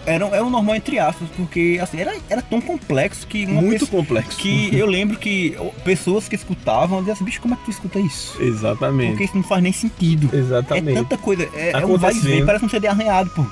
Speaker 1: era um, era um normal entre aspas, porque assim, era, era tão complexo que uma
Speaker 3: muito
Speaker 1: pessoa-
Speaker 3: complexo.
Speaker 1: que eu lembro que o- pessoas que escutavam diziam assim, bicho, como é que tu escuta isso? Porque
Speaker 3: Exatamente.
Speaker 1: isso não faz nem sentido. É
Speaker 3: Exatamente.
Speaker 1: tanta coisa, é, é um vai e vem,
Speaker 3: Acontecendo.
Speaker 1: parece um CD arranhado, pô.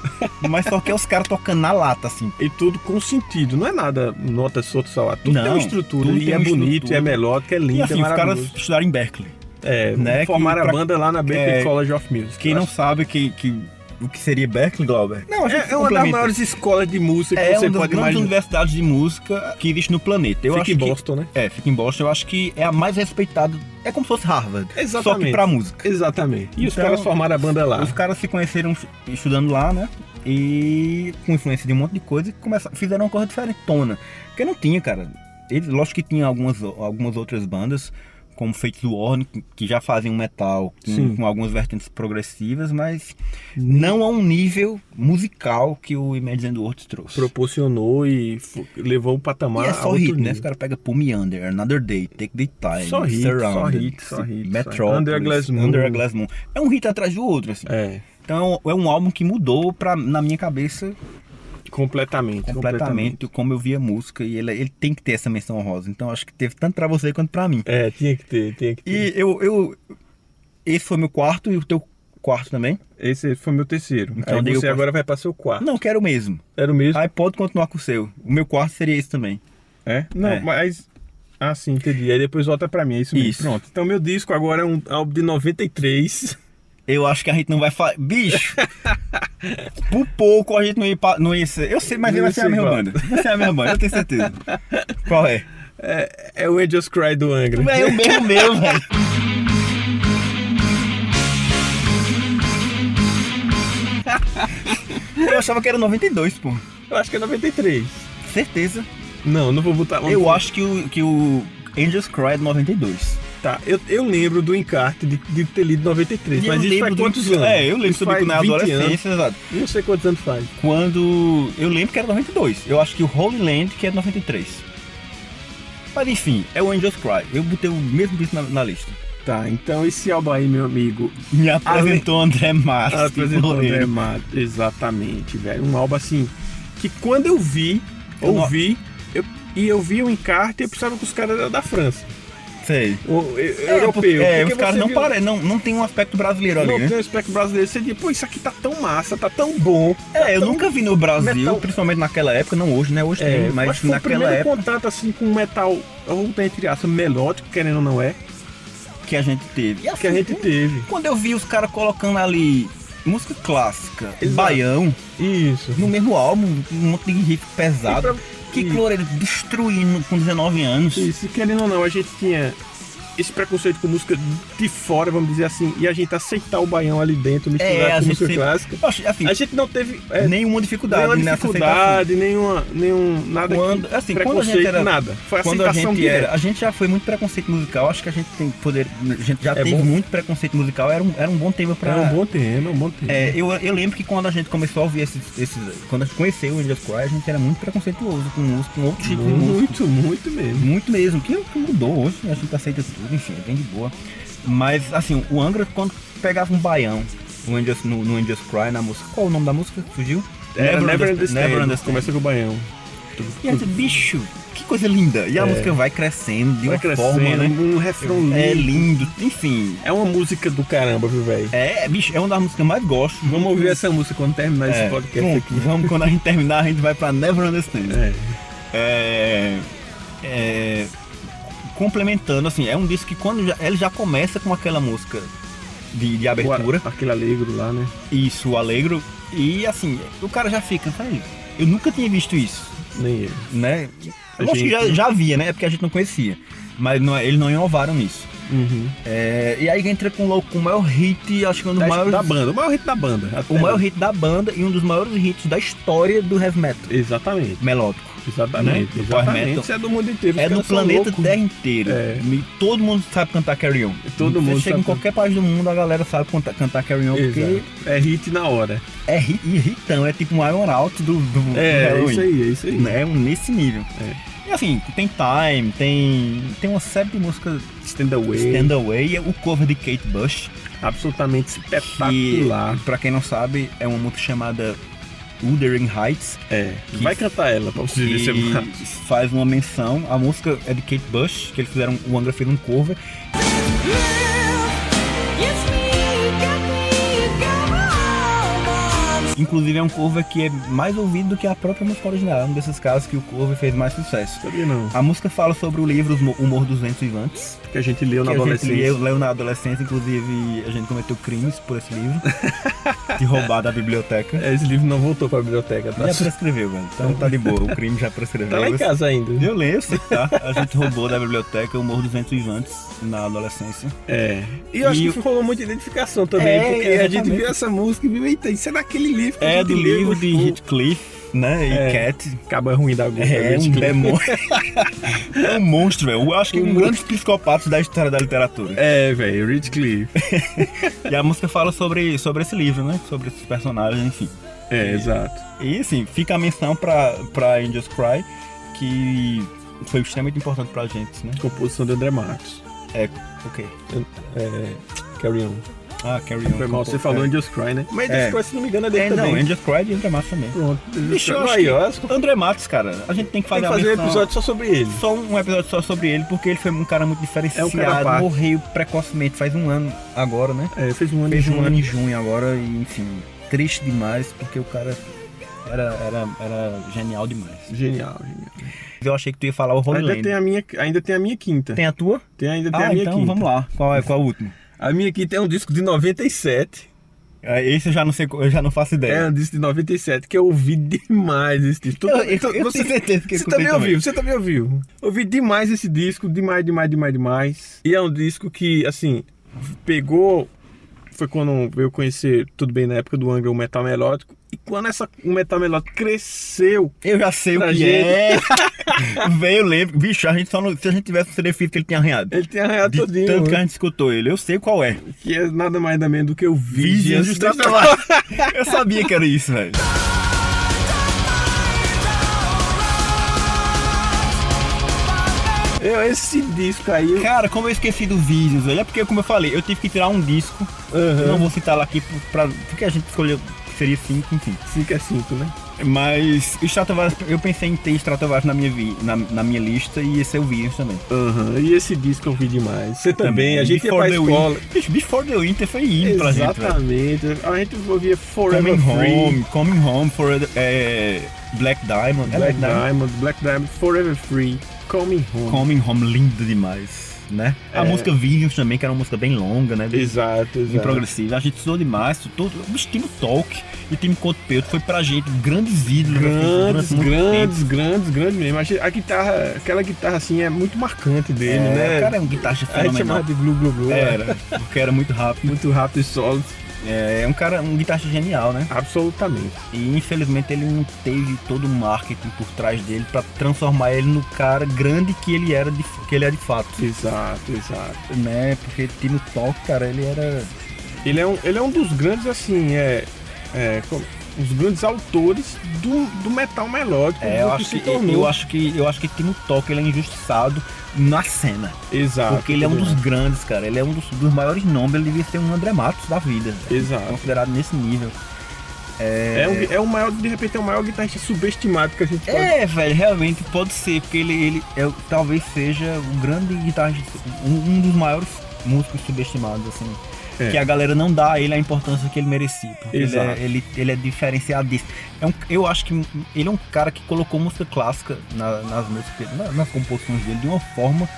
Speaker 1: Mas só que é os caras tocando na lata, assim.
Speaker 3: E tudo com sentido, não é nada nota solta salada. Tudo
Speaker 1: Não,
Speaker 3: tem uma estrutura
Speaker 1: tudo
Speaker 3: e
Speaker 1: tem
Speaker 3: é
Speaker 1: uma
Speaker 3: bonito, e
Speaker 1: estrutura.
Speaker 3: é melódico, é lindo,
Speaker 1: e assim,
Speaker 3: é
Speaker 1: os caras
Speaker 3: maravilhoso.
Speaker 1: estudaram em Berkeley.
Speaker 3: é,
Speaker 1: né, que
Speaker 3: formaram
Speaker 1: pra-
Speaker 3: a banda lá na Berklee
Speaker 1: é,
Speaker 3: College of Music.
Speaker 1: Quem
Speaker 3: eu
Speaker 1: não
Speaker 3: acho.
Speaker 1: sabe que, que, o que seria Berkeley, Glauber? Não,
Speaker 3: é, é uma das maiores escolas de música que
Speaker 1: É
Speaker 3: você
Speaker 1: uma das
Speaker 3: pode
Speaker 1: grandes
Speaker 3: imaginar.
Speaker 1: universidades de música que existe no planeta. Eu
Speaker 3: Fica
Speaker 1: acho
Speaker 3: em
Speaker 1: que-
Speaker 3: Boston, né?
Speaker 1: É, fica em Boston. Eu acho que é a mais respeitada. É como se fosse Harvard. Só que
Speaker 3: Exatamente.
Speaker 1: pra música.
Speaker 3: Exatamente. E os
Speaker 1: Então,
Speaker 3: caras formaram a banda lá.
Speaker 1: Os caras se conheceram estudando lá, né? E com influência de um monte de coisa, e começaram, fizeram uma coisa diferentona. Porque não tinha, cara. Eles, lógico que tinha algumas, algumas outras bandas, como Fates Warning, que- que já fazem um metal com,
Speaker 3: Sim. Hum.
Speaker 1: com algumas vertentes progressivas, mas não a um nível musical que o Imagine Worlds trouxe.
Speaker 3: Proporcionou e fo- levou o patamar
Speaker 1: E é
Speaker 3: a
Speaker 1: só
Speaker 3: outro
Speaker 1: hit, né?
Speaker 3: nível.
Speaker 1: Os caras pegam Pull Me Under, Another Day, Take the Time,
Speaker 3: Só hit, só
Speaker 1: Surrounded,
Speaker 3: hit, só hit, só-
Speaker 1: Metropolis,
Speaker 3: Under a Glass Moon.
Speaker 1: Under a Glass Moon. É um hit atrás do outro, assim.
Speaker 3: É,
Speaker 1: Então é um álbum que mudou pra, na minha cabeça
Speaker 3: completamente.
Speaker 1: completamente como eu via música e ele, ele tem que ter essa menção honrosa. Então acho que teve tanto pra você quanto pra mim.
Speaker 3: É, tinha que ter, tinha que ter.
Speaker 1: E eu, eu esse foi meu quarto e o teu quarto também?
Speaker 3: Esse foi meu terceiro.
Speaker 1: Então
Speaker 3: Aí
Speaker 1: dei o
Speaker 3: você
Speaker 1: quarto.
Speaker 3: agora vai pra seu quarto.
Speaker 1: Não, quero o mesmo.
Speaker 3: Era o mesmo?
Speaker 1: Aí pode continuar com o seu. O meu quarto seria esse também.
Speaker 3: É? Não,
Speaker 1: É.
Speaker 3: mas. Ah, sim, entendi. Aí depois volta pra mim, é isso mesmo.
Speaker 1: Isso.
Speaker 3: Pronto. Então, meu disco agora é um álbum de 93.
Speaker 1: Eu acho que a gente não vai falar. Bicho! Por pouco a gente não ia. pa- Não ia ser... Eu sei, mas
Speaker 3: Não
Speaker 1: vai
Speaker 3: ia
Speaker 1: ser
Speaker 3: ser
Speaker 1: a mesma
Speaker 3: igual.
Speaker 1: banda. Vai ser a mesma banda, eu tenho certeza. Qual é?
Speaker 3: É o Angels Cry do Angra.
Speaker 1: É o mesmo meu, velho. Eu achava que era 92, pô.
Speaker 3: Eu acho que é 93.
Speaker 1: Certeza.
Speaker 3: Não, não vou botar.
Speaker 1: Eu acho que o, que o Angels Cry é de 92.
Speaker 3: Tá, eu, eu lembro do encarte de, de ter lido 93,
Speaker 1: E eu
Speaker 3: mas isso faz
Speaker 1: lembro do-
Speaker 3: quantos anos?
Speaker 1: É, eu lembro
Speaker 3: isso
Speaker 1: sobre
Speaker 3: faz
Speaker 1: na
Speaker 3: 20 anos.
Speaker 1: adolescência, exato.
Speaker 3: Não sei quantos anos faz.
Speaker 1: Quando. Eu lembro que era 92. Eu acho que o Holy Land que é 93. Mas enfim, é o Angels Cry. Eu botei o mesmo bicho na, na lista.
Speaker 3: Tá, então esse álbum aí, meu amigo,
Speaker 1: Me apresentou André Matos.
Speaker 3: Ah, apresentou
Speaker 1: goleiro.
Speaker 3: André Matos. Exatamente, velho. Um álbum assim, que quando eu vi,
Speaker 1: Eu não-
Speaker 3: ouvi, eu, e eu vi o encarte, eu pensava que os caras eram da França,
Speaker 1: Sei.
Speaker 3: ou, eu-
Speaker 1: É,
Speaker 3: europeu.
Speaker 1: É,
Speaker 3: Porque
Speaker 1: os caras
Speaker 3: você
Speaker 1: não
Speaker 3: viu-
Speaker 1: parecem, não, não tem um aspecto brasileiro ali,
Speaker 3: Não
Speaker 1: né?
Speaker 3: tem um aspecto brasileiro. Você diz, pô, isso aqui tá tão massa, tá tão bom.
Speaker 1: É, eu nunca vi no Brasil,
Speaker 3: metal.
Speaker 1: principalmente naquela época, não hoje, né? Hoje
Speaker 3: É,
Speaker 1: tem, mas
Speaker 3: foi o
Speaker 1: naquela
Speaker 3: primeiro
Speaker 1: época
Speaker 3: contato assim com metal, eu vou botar entre aspas, melódico, querendo ou não é,
Speaker 1: que a gente teve. E
Speaker 3: que a
Speaker 1: assim,
Speaker 3: gente teve.
Speaker 1: Quando eu vi os caras colocando ali música clássica,
Speaker 3: Exato.
Speaker 1: baião,
Speaker 3: Isso.
Speaker 1: no mesmo álbum, um monte de riff
Speaker 3: E pra-
Speaker 1: pesado. Que
Speaker 3: e-
Speaker 1: Cloreiro destruindo com 19 anos.
Speaker 3: Isso, e querendo ou não, a gente tinha esse preconceito com música de fora, vamos dizer assim, e a gente aceitar o baião ali dentro, misturar
Speaker 1: É, a
Speaker 3: com
Speaker 1: gente
Speaker 3: música
Speaker 1: sempre-
Speaker 3: clássica.
Speaker 1: Eu acho, assim,
Speaker 3: A gente não teve é,
Speaker 1: nenhuma dificuldade
Speaker 3: nenhuma
Speaker 1: nessa aceitação.
Speaker 3: dificuldade, nenhuma, nenhum nada
Speaker 1: Quando-
Speaker 3: que,
Speaker 1: assim, quando a
Speaker 3: preconceito,
Speaker 1: gente era-
Speaker 3: nada. Foi
Speaker 1: Quando a
Speaker 3: aceitação
Speaker 1: gente
Speaker 3: direta.
Speaker 1: era, a gente já foi muito preconceito musical, acho que a gente tem poder, a gente já
Speaker 3: É
Speaker 1: teve
Speaker 3: bom.
Speaker 1: muito preconceito musical, era um, era um bom tema pra,
Speaker 3: Era um bom tema, um bom tema.
Speaker 1: É, eu, eu lembro que quando a gente começou a ouvir esses. esses- quando a gente conheceu o Angels Cry, a gente era muito preconceituoso com música, com outro tipo de música.
Speaker 3: É, muito, muito mesmo.
Speaker 1: Muito mesmo, que que mudou hoje, né? a gente aceita tudo, enfim, é bem de boa. Mas assim, o Angra, quando pegava um baião no Angels, no, no Angels Cry, na música. Qual o nome da música que fugiu?
Speaker 3: Era Never Understand.
Speaker 1: Never Understand.
Speaker 3: Começa com o baião.
Speaker 1: E aí, bicho, que coisa linda! E a
Speaker 3: É.
Speaker 1: música vai crescendo de
Speaker 3: Vai
Speaker 1: uma forma,
Speaker 3: crescendo,
Speaker 1: né?
Speaker 3: um refrão lindo.
Speaker 1: É lindo, enfim.
Speaker 3: É uma música do caramba, viu, velho?
Speaker 1: É, bicho, é uma das músicas que eu mais gosto.
Speaker 3: Vamos ouvir essa música quando terminar
Speaker 1: É,
Speaker 3: esse podcast
Speaker 1: pronto,
Speaker 3: aqui.
Speaker 1: Vamos, quando a gente terminar, a gente vai pra Never Understand.
Speaker 3: É.
Speaker 1: é, é, complementando, assim, é um disco que quando já- ele já começa com aquela música de, de abertura,
Speaker 3: O- Aquele alegro lá, né?
Speaker 1: isso, o Alegro, e assim, o cara já fica, "Peraí, eu nunca tinha visto isso,
Speaker 3: Nem eu.
Speaker 1: né?
Speaker 3: A
Speaker 1: Eu acho que já,
Speaker 3: gente-
Speaker 1: já havia, né? É porque a gente não conhecia, mas não, é- eles não inovaram nisso. É, e aí entra com, o- com o maior hit, acho que um dos
Speaker 3: Da,
Speaker 1: maiores,
Speaker 3: da banda. Uhum. né? O maior hit da banda. até
Speaker 1: o maior
Speaker 3: hoje.
Speaker 1: hit da banda e um dos maiores hits da história do heavy metal
Speaker 3: Exatamente.
Speaker 1: melódico.
Speaker 3: Exatamente.
Speaker 1: Né? Do power metal.
Speaker 3: Exatamente. Isso é do mundo inteiro.
Speaker 1: É
Speaker 3: os
Speaker 1: no
Speaker 3: caras são
Speaker 1: planeta
Speaker 3: loucos.
Speaker 1: Terra inteiro.
Speaker 3: É.
Speaker 1: E todo mundo sabe cantar Carry On.
Speaker 3: Todo
Speaker 1: Você
Speaker 3: mundo
Speaker 1: chega
Speaker 3: sabe
Speaker 1: em qualquer país do mundo, a galera sabe cantar, cantar Carry On, porque
Speaker 3: Exato. É hit na hora.
Speaker 1: é ri- irritão, é tipo um Iron Out do, do, do
Speaker 3: É, é
Speaker 1: Halloween.
Speaker 3: isso aí, é isso aí.
Speaker 1: Né? Um- Nesse nível. E assim, tem Time, tem, tem uma série de músicas
Speaker 3: Stand Away.
Speaker 1: Stand Away, é o cover de Kate Bush,
Speaker 3: Absolutamente
Speaker 1: que
Speaker 3: espetacular.
Speaker 1: pra quem não sabe, é uma música chamada Wuthering Heights,
Speaker 3: É.
Speaker 1: que-
Speaker 3: Vai cantar ela pra você ver se é massa.
Speaker 1: que faz uma menção, a música é de Kate Bush, que eles fizeram, o Angra fez um cover,
Speaker 2: Yes, me, get me, come on.
Speaker 1: Inclusive é um cover que é mais ouvido do que a própria música original. É um desses casos que o cover fez mais sucesso.
Speaker 3: Sabia não.
Speaker 1: A música fala sobre o livro Os Mo- Humor dos Ventos Vivantes.
Speaker 3: Que a gente leu na
Speaker 1: que a gente
Speaker 3: adolescência.
Speaker 1: leu, leu na adolescência, inclusive a gente cometeu crimes por esse livro. de roubar da biblioteca.
Speaker 3: É, Esse livro não voltou pra biblioteca, tá?
Speaker 1: Já prescreveu, velho. Então tá de boa, o crime já prescreveu.
Speaker 3: Tá lá em casa ainda.
Speaker 1: Eu lembro, sei que tá. A gente roubou da biblioteca o Humor dos Ventos Vivantes na adolescência.
Speaker 3: É. E eu acho
Speaker 1: E
Speaker 3: que rolou muita identificação também,
Speaker 1: É,
Speaker 3: porque a gente
Speaker 1: exatamente.
Speaker 3: viu essa música e viu, eita, isso é daquele livro que a
Speaker 1: É
Speaker 3: gente
Speaker 1: do
Speaker 3: leu,
Speaker 1: livro de
Speaker 3: gostou."
Speaker 1: Heathcliff, né? E
Speaker 3: É.
Speaker 1: Cat,
Speaker 3: Acaba ruim da gota.
Speaker 1: É,
Speaker 3: né?
Speaker 1: um
Speaker 3: Tipo,
Speaker 1: demônio. é um monstro, velho. Eu acho que é um grande psicopata da história da literatura.
Speaker 3: É, velho, Redcliffe.
Speaker 1: E a música fala sobre, sobre esse livro, né? Sobre esses personagens, enfim.
Speaker 3: É, exato.
Speaker 1: E assim, fica a menção pra, pra Angels Cry, que foi extremamente importante pra gente, né?
Speaker 3: Composição de André Matos.
Speaker 1: É, ok.
Speaker 3: É, carry on.
Speaker 1: Ah, Carry On.
Speaker 3: Foi mal, você
Speaker 1: compor-
Speaker 3: falou
Speaker 1: é.
Speaker 3: Angels Cry, né? Mas
Speaker 1: É.
Speaker 3: Angels Cry, se não me engano, é dele
Speaker 1: É, não,
Speaker 3: também.
Speaker 1: Angels Cry e André Matos também.
Speaker 3: Pronto. Angels
Speaker 1: Bicho, eu
Speaker 3: Cry.
Speaker 1: acho
Speaker 3: Aí,
Speaker 1: que-
Speaker 3: ó, acho que
Speaker 1: André Matos, cara, a gente tem que fazer,
Speaker 3: Tem que
Speaker 1: a
Speaker 3: fazer um
Speaker 1: menção-
Speaker 3: episódio É só sobre ele.
Speaker 1: Só um episódio só sobre ele, porque ele foi um cara muito diferenciado,
Speaker 3: à parte.
Speaker 1: morreu precocemente, faz um ano agora, né?
Speaker 3: É, fez um ano
Speaker 1: Fez
Speaker 3: de
Speaker 1: um ano em junho agora e, enfim, triste demais, porque o cara era, era, era genial demais.
Speaker 3: Genial, genial.
Speaker 1: Eu achei que tu ia falar o Holy
Speaker 3: Ainda
Speaker 1: Land.
Speaker 3: tem, a minha, ainda tem a minha quinta.
Speaker 1: Tem a tua?
Speaker 3: Tem, ainda tem
Speaker 1: Ah,
Speaker 3: a minha
Speaker 1: então
Speaker 3: quinta.
Speaker 1: vamos lá. Qual é, qual é o último?
Speaker 3: A minha quinta é um disco de 97.
Speaker 1: Ah, Esse eu já não sei, co- eu já não faço
Speaker 3: É,
Speaker 1: ideia.
Speaker 3: um disco de 97, que eu ouvi demais esse disco. Tu-
Speaker 1: Eu- eu-
Speaker 3: tu-
Speaker 1: eu tenho certeza que eu
Speaker 3: você
Speaker 1: escutei
Speaker 3: também,
Speaker 1: também.
Speaker 3: ouviu, você também ouviu. Ouvi demais esse disco, demais, demais, demais, demais. E é um disco que, assim, pegou. Foi quando eu conheci, tudo bem, na época do Angra, o metal melódico. E quando essa metal melódica cresceu,
Speaker 1: Eu já sei o
Speaker 3: Pra
Speaker 1: que
Speaker 3: gente.
Speaker 1: é. Veio, lembro. Bicho, a gente só não, se a gente tivesse um CD físico, ele tinha arranhado.
Speaker 3: ele tem arranhado
Speaker 1: De
Speaker 3: todinho.
Speaker 1: tanto que a
Speaker 3: né?
Speaker 1: gente escutou ele. Eu sei qual é.
Speaker 3: que... é nada mais nada menos do que o
Speaker 1: Vizinhos
Speaker 3: Vigias
Speaker 1: do trabalho. Eu sabia que era isso, velho.
Speaker 3: Eu Esse disco aí. eu-
Speaker 1: Cara, como eu esqueci do Visions, velho. É porque, como eu falei, eu tive que tirar um disco.
Speaker 3: Aham.
Speaker 1: Não vou citar lá aqui, pro- pra, porque a gente escolheu que seria cinco, enfim.
Speaker 3: Fica cinco, né?
Speaker 1: Mas Stratovarius, eu pensei em ter Stratovarius na minha, vi- na, na minha lista e esse é o Visions também.
Speaker 3: Aham. E esse disco eu vi demais. Você também, a gente ia
Speaker 1: Before
Speaker 3: pra
Speaker 1: the
Speaker 3: escola.
Speaker 1: Winter. Bicho, Before the Winter foi hino pra gente, velho.
Speaker 3: Exatamente. a gente ouvia Forever
Speaker 1: Coming
Speaker 3: Free.
Speaker 1: Home, Coming Home for é, Black Diamond. é
Speaker 3: Black Diamond, Black Diamond, Forever Free, Coming Home.
Speaker 1: Coming Home, lindo demais, né? A
Speaker 3: É.
Speaker 1: música Visions também, que era uma música bem longa, né? Bem,
Speaker 3: Exato,
Speaker 1: bem
Speaker 3: exato.
Speaker 1: progressiva. A gente estudou demais, todo, o estilo talk e time Cotepeto foi pra gente grandes ídolos. né? Durante muito
Speaker 3: Grandes,
Speaker 1: tempo.
Speaker 3: grandes, grandes, grandes mesmo. Achei- A guitarra, aquela guitarra assim é muito marcante dele,
Speaker 1: É,
Speaker 3: né?
Speaker 1: O cara é um guitarrista
Speaker 3: a gente
Speaker 1: fenomenal.
Speaker 3: chamava
Speaker 1: É.
Speaker 3: de Glu Glu Glu.
Speaker 1: Era, porque era muito rápido.
Speaker 3: Muito rápido e sólido.
Speaker 1: É, é um cara, um guitarrista genial, né?
Speaker 3: Absolutamente.
Speaker 1: E infelizmente ele não teve todo o marketing por trás dele pra transformar ele no cara grande que ele era de, que ele é de fato,
Speaker 3: Exato, exato.
Speaker 1: né? Porque Timo Talk, cara, ele era
Speaker 3: Ele é um, ele é um dos grandes, assim, é. é como- os grandes autores do, do metal melódico.
Speaker 1: É,
Speaker 3: do
Speaker 1: eu acho
Speaker 3: se
Speaker 1: que,
Speaker 3: tornou.
Speaker 1: eu acho que eu acho que Timo Talk ele é injustiçado na cena,
Speaker 3: Exato.
Speaker 1: porque ele é um dos grandes, cara. Ele é um dos, dos maiores nomes, ele devia ser um André Matos da vida,
Speaker 3: Exato.
Speaker 1: considerado nesse nível.
Speaker 3: É, um- é o maior, de repente, é o maior guitarrista subestimado que a gente pode
Speaker 1: É, velho, realmente pode ser, porque ele, ele é, o- talvez seja o grande guitarrista, um, um dos maiores músicos subestimados, assim.
Speaker 3: É.
Speaker 1: Que a galera não dá a ele a importância que ele merecia. Porque ele é,
Speaker 3: Exato.
Speaker 1: ele, ele é diferenciadíssimo. É um- eu acho que ele é um cara que colocou música clássica na- nas músicas, na- nas composições dele de uma forma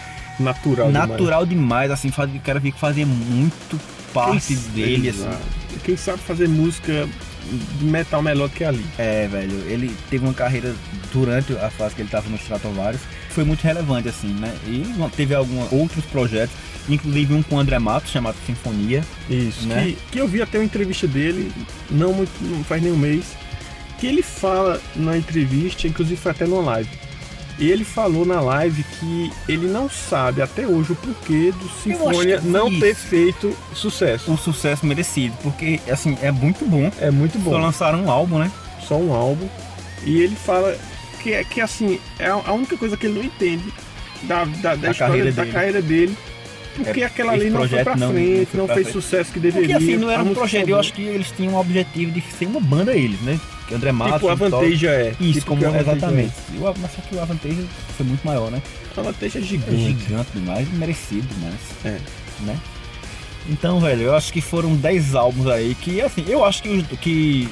Speaker 3: natural. demais.
Speaker 1: natural demais, assim, faz, o cara via que fazia muito parte
Speaker 3: Quem-
Speaker 1: dele, assim.
Speaker 3: é, Exato. Quem sabe fazer música de metal melódico é ali.
Speaker 1: É, velho, ele teve uma carreira durante a fase que ele tava no Stratovarius, foi muito relevante, assim, né? E teve alguns outros projetos, inclusive um com o André Matos, chamado Sinfonia.
Speaker 3: Isso.
Speaker 1: Né?
Speaker 3: Que, que eu vi até uma entrevista dele, não, muito, não faz nem um mês, que ele fala na entrevista, inclusive foi até numa live. E ele falou na live que ele não sabe até hoje o porquê do
Speaker 1: que
Speaker 3: Sinfonia
Speaker 1: foi
Speaker 3: não
Speaker 1: isso.
Speaker 3: ter feito sucesso.
Speaker 1: Um sucesso merecido, porque, assim, é muito bom.
Speaker 3: É muito
Speaker 1: Só
Speaker 3: bom.
Speaker 1: lançaram um álbum, né?
Speaker 3: Só um álbum. E ele fala que, é- que assim, é a a única coisa que ele não entende da, da, da
Speaker 1: Da
Speaker 3: história
Speaker 1: carreira
Speaker 3: da
Speaker 1: dele.
Speaker 3: carreira dele. Porque
Speaker 1: É,
Speaker 3: aquela
Speaker 1: esse
Speaker 3: ali não foi
Speaker 1: projeto
Speaker 3: pra
Speaker 1: não- não
Speaker 3: frente,
Speaker 1: foi
Speaker 3: não,
Speaker 1: pra
Speaker 3: fez
Speaker 1: frente.
Speaker 3: sucesso que
Speaker 1: Porque,
Speaker 3: deveria.
Speaker 1: assim, não era
Speaker 3: a
Speaker 1: um
Speaker 3: música
Speaker 1: projeto,
Speaker 3: boa.
Speaker 1: eu acho que eles tinham o objetivo de ser uma banda eles, né? Que André Matos,
Speaker 3: Tipo, a
Speaker 1: Vitória-
Speaker 3: Vantage é.
Speaker 1: Isso,
Speaker 3: Tipo
Speaker 1: como,
Speaker 3: que a Vantage
Speaker 1: exatamente. E o- Mas só que o Avantage foi muito maior, né?
Speaker 3: é. A Vantage é
Speaker 1: É
Speaker 3: gigante.
Speaker 1: gigante demais, merecido demais.
Speaker 3: É.
Speaker 1: Né? Então, velho, eu acho que foram 10 álbuns aí que, assim, eu acho que os, que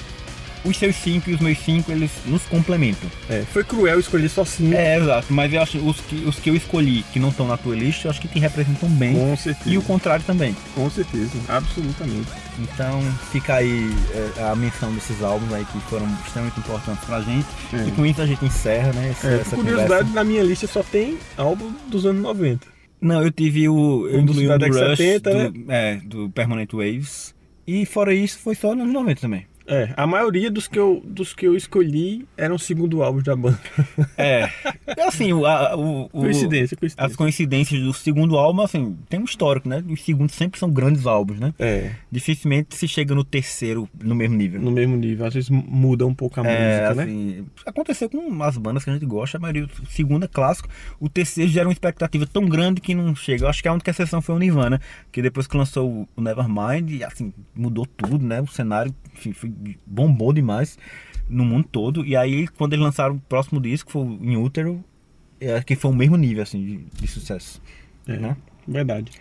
Speaker 1: os seus 5 e os meus 5, eles nos complementam.
Speaker 3: É, Foi cruel escolher só cinco.
Speaker 1: É, exato, mas eu acho que os que, os que eu escolhi que não estão na tua lista, eu acho que te representam bem.
Speaker 3: Com certeza.
Speaker 1: E o contrário também.
Speaker 3: Com certeza. Absolutamente.
Speaker 1: Então fica aí é, a menção desses álbuns aí que foram extremamente importantes pra gente.
Speaker 3: É.
Speaker 1: E com isso a gente encerra, né? Essa,
Speaker 3: É, por
Speaker 1: essa
Speaker 3: curiosidade,
Speaker 1: conversa.
Speaker 3: na minha lista só tem álbum dos anos 90.
Speaker 1: Não, eu tive o. Eu
Speaker 3: Um do
Speaker 1: incluí um do
Speaker 3: Cidade né?
Speaker 1: Rush,
Speaker 3: 70,
Speaker 1: do, é, do Permanent Waves. E fora isso, foi só nos 90 também.
Speaker 3: É, a maioria dos que eu, dos que eu escolhi eram segundo álbuns da banda.
Speaker 1: É. assim, o, a- o- o-
Speaker 3: coincidência,
Speaker 1: as
Speaker 3: coincidência.
Speaker 1: coincidências do segundo álbum, assim, tem um histórico, né? Os segundos sempre são grandes álbuns, né?
Speaker 3: É,
Speaker 1: Dificilmente se chega no terceiro no mesmo nível.
Speaker 3: no mesmo nível. Às vezes muda um pouco a
Speaker 1: É,
Speaker 3: música, né?
Speaker 1: assim, aconteceu com as bandas que a gente gosta, a maioria, o segundo é clássico, o terceiro gera uma expectativa tão grande que não chega. Eu acho que a única exceção foi o Nirvana, que depois que lançou o Nevermind, assim, mudou tudo, né? O cenário, enfim, foi- bombou demais no mundo todo. E aí, quando eles lançaram o próximo disco, foi o Em Útero, é, que foi o mesmo nível, assim, de, de sucesso.
Speaker 3: É,
Speaker 1: né?
Speaker 3: Verdade.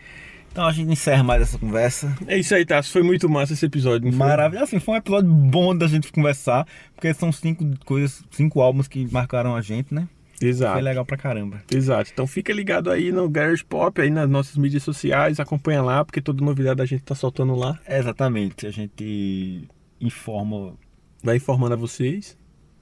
Speaker 1: Então a gente encerra mais essa conversa.
Speaker 3: É isso aí, Tassi. Foi muito massa esse episódio. não foi?
Speaker 1: Maravilha. Assim, foi um episódio bom da gente conversar, porque são cinco coisas, cinco álbuns que marcaram a gente, né? Foi
Speaker 3: Exato.
Speaker 1: legal pra caramba.
Speaker 3: Exato. Então fica ligado aí no Garage Pop, aí nas nossas mídias sociais, acompanha lá, porque toda novidade a gente tá soltando lá,
Speaker 1: Exatamente. A gente informa.
Speaker 3: vai informando a vocês.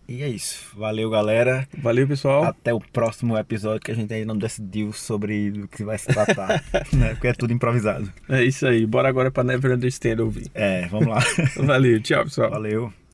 Speaker 1: E é isso. Valeu, galera.
Speaker 3: Valeu, pessoal.
Speaker 1: Até o próximo episódio que a gente ainda não decidiu sobre do que vai se tratar. né? Porque é tudo improvisado.
Speaker 3: É isso aí. Bora agora pra Never Understand ouvir.
Speaker 1: É, vamos lá.
Speaker 3: Valeu, tchau, pessoal.
Speaker 1: Valeu.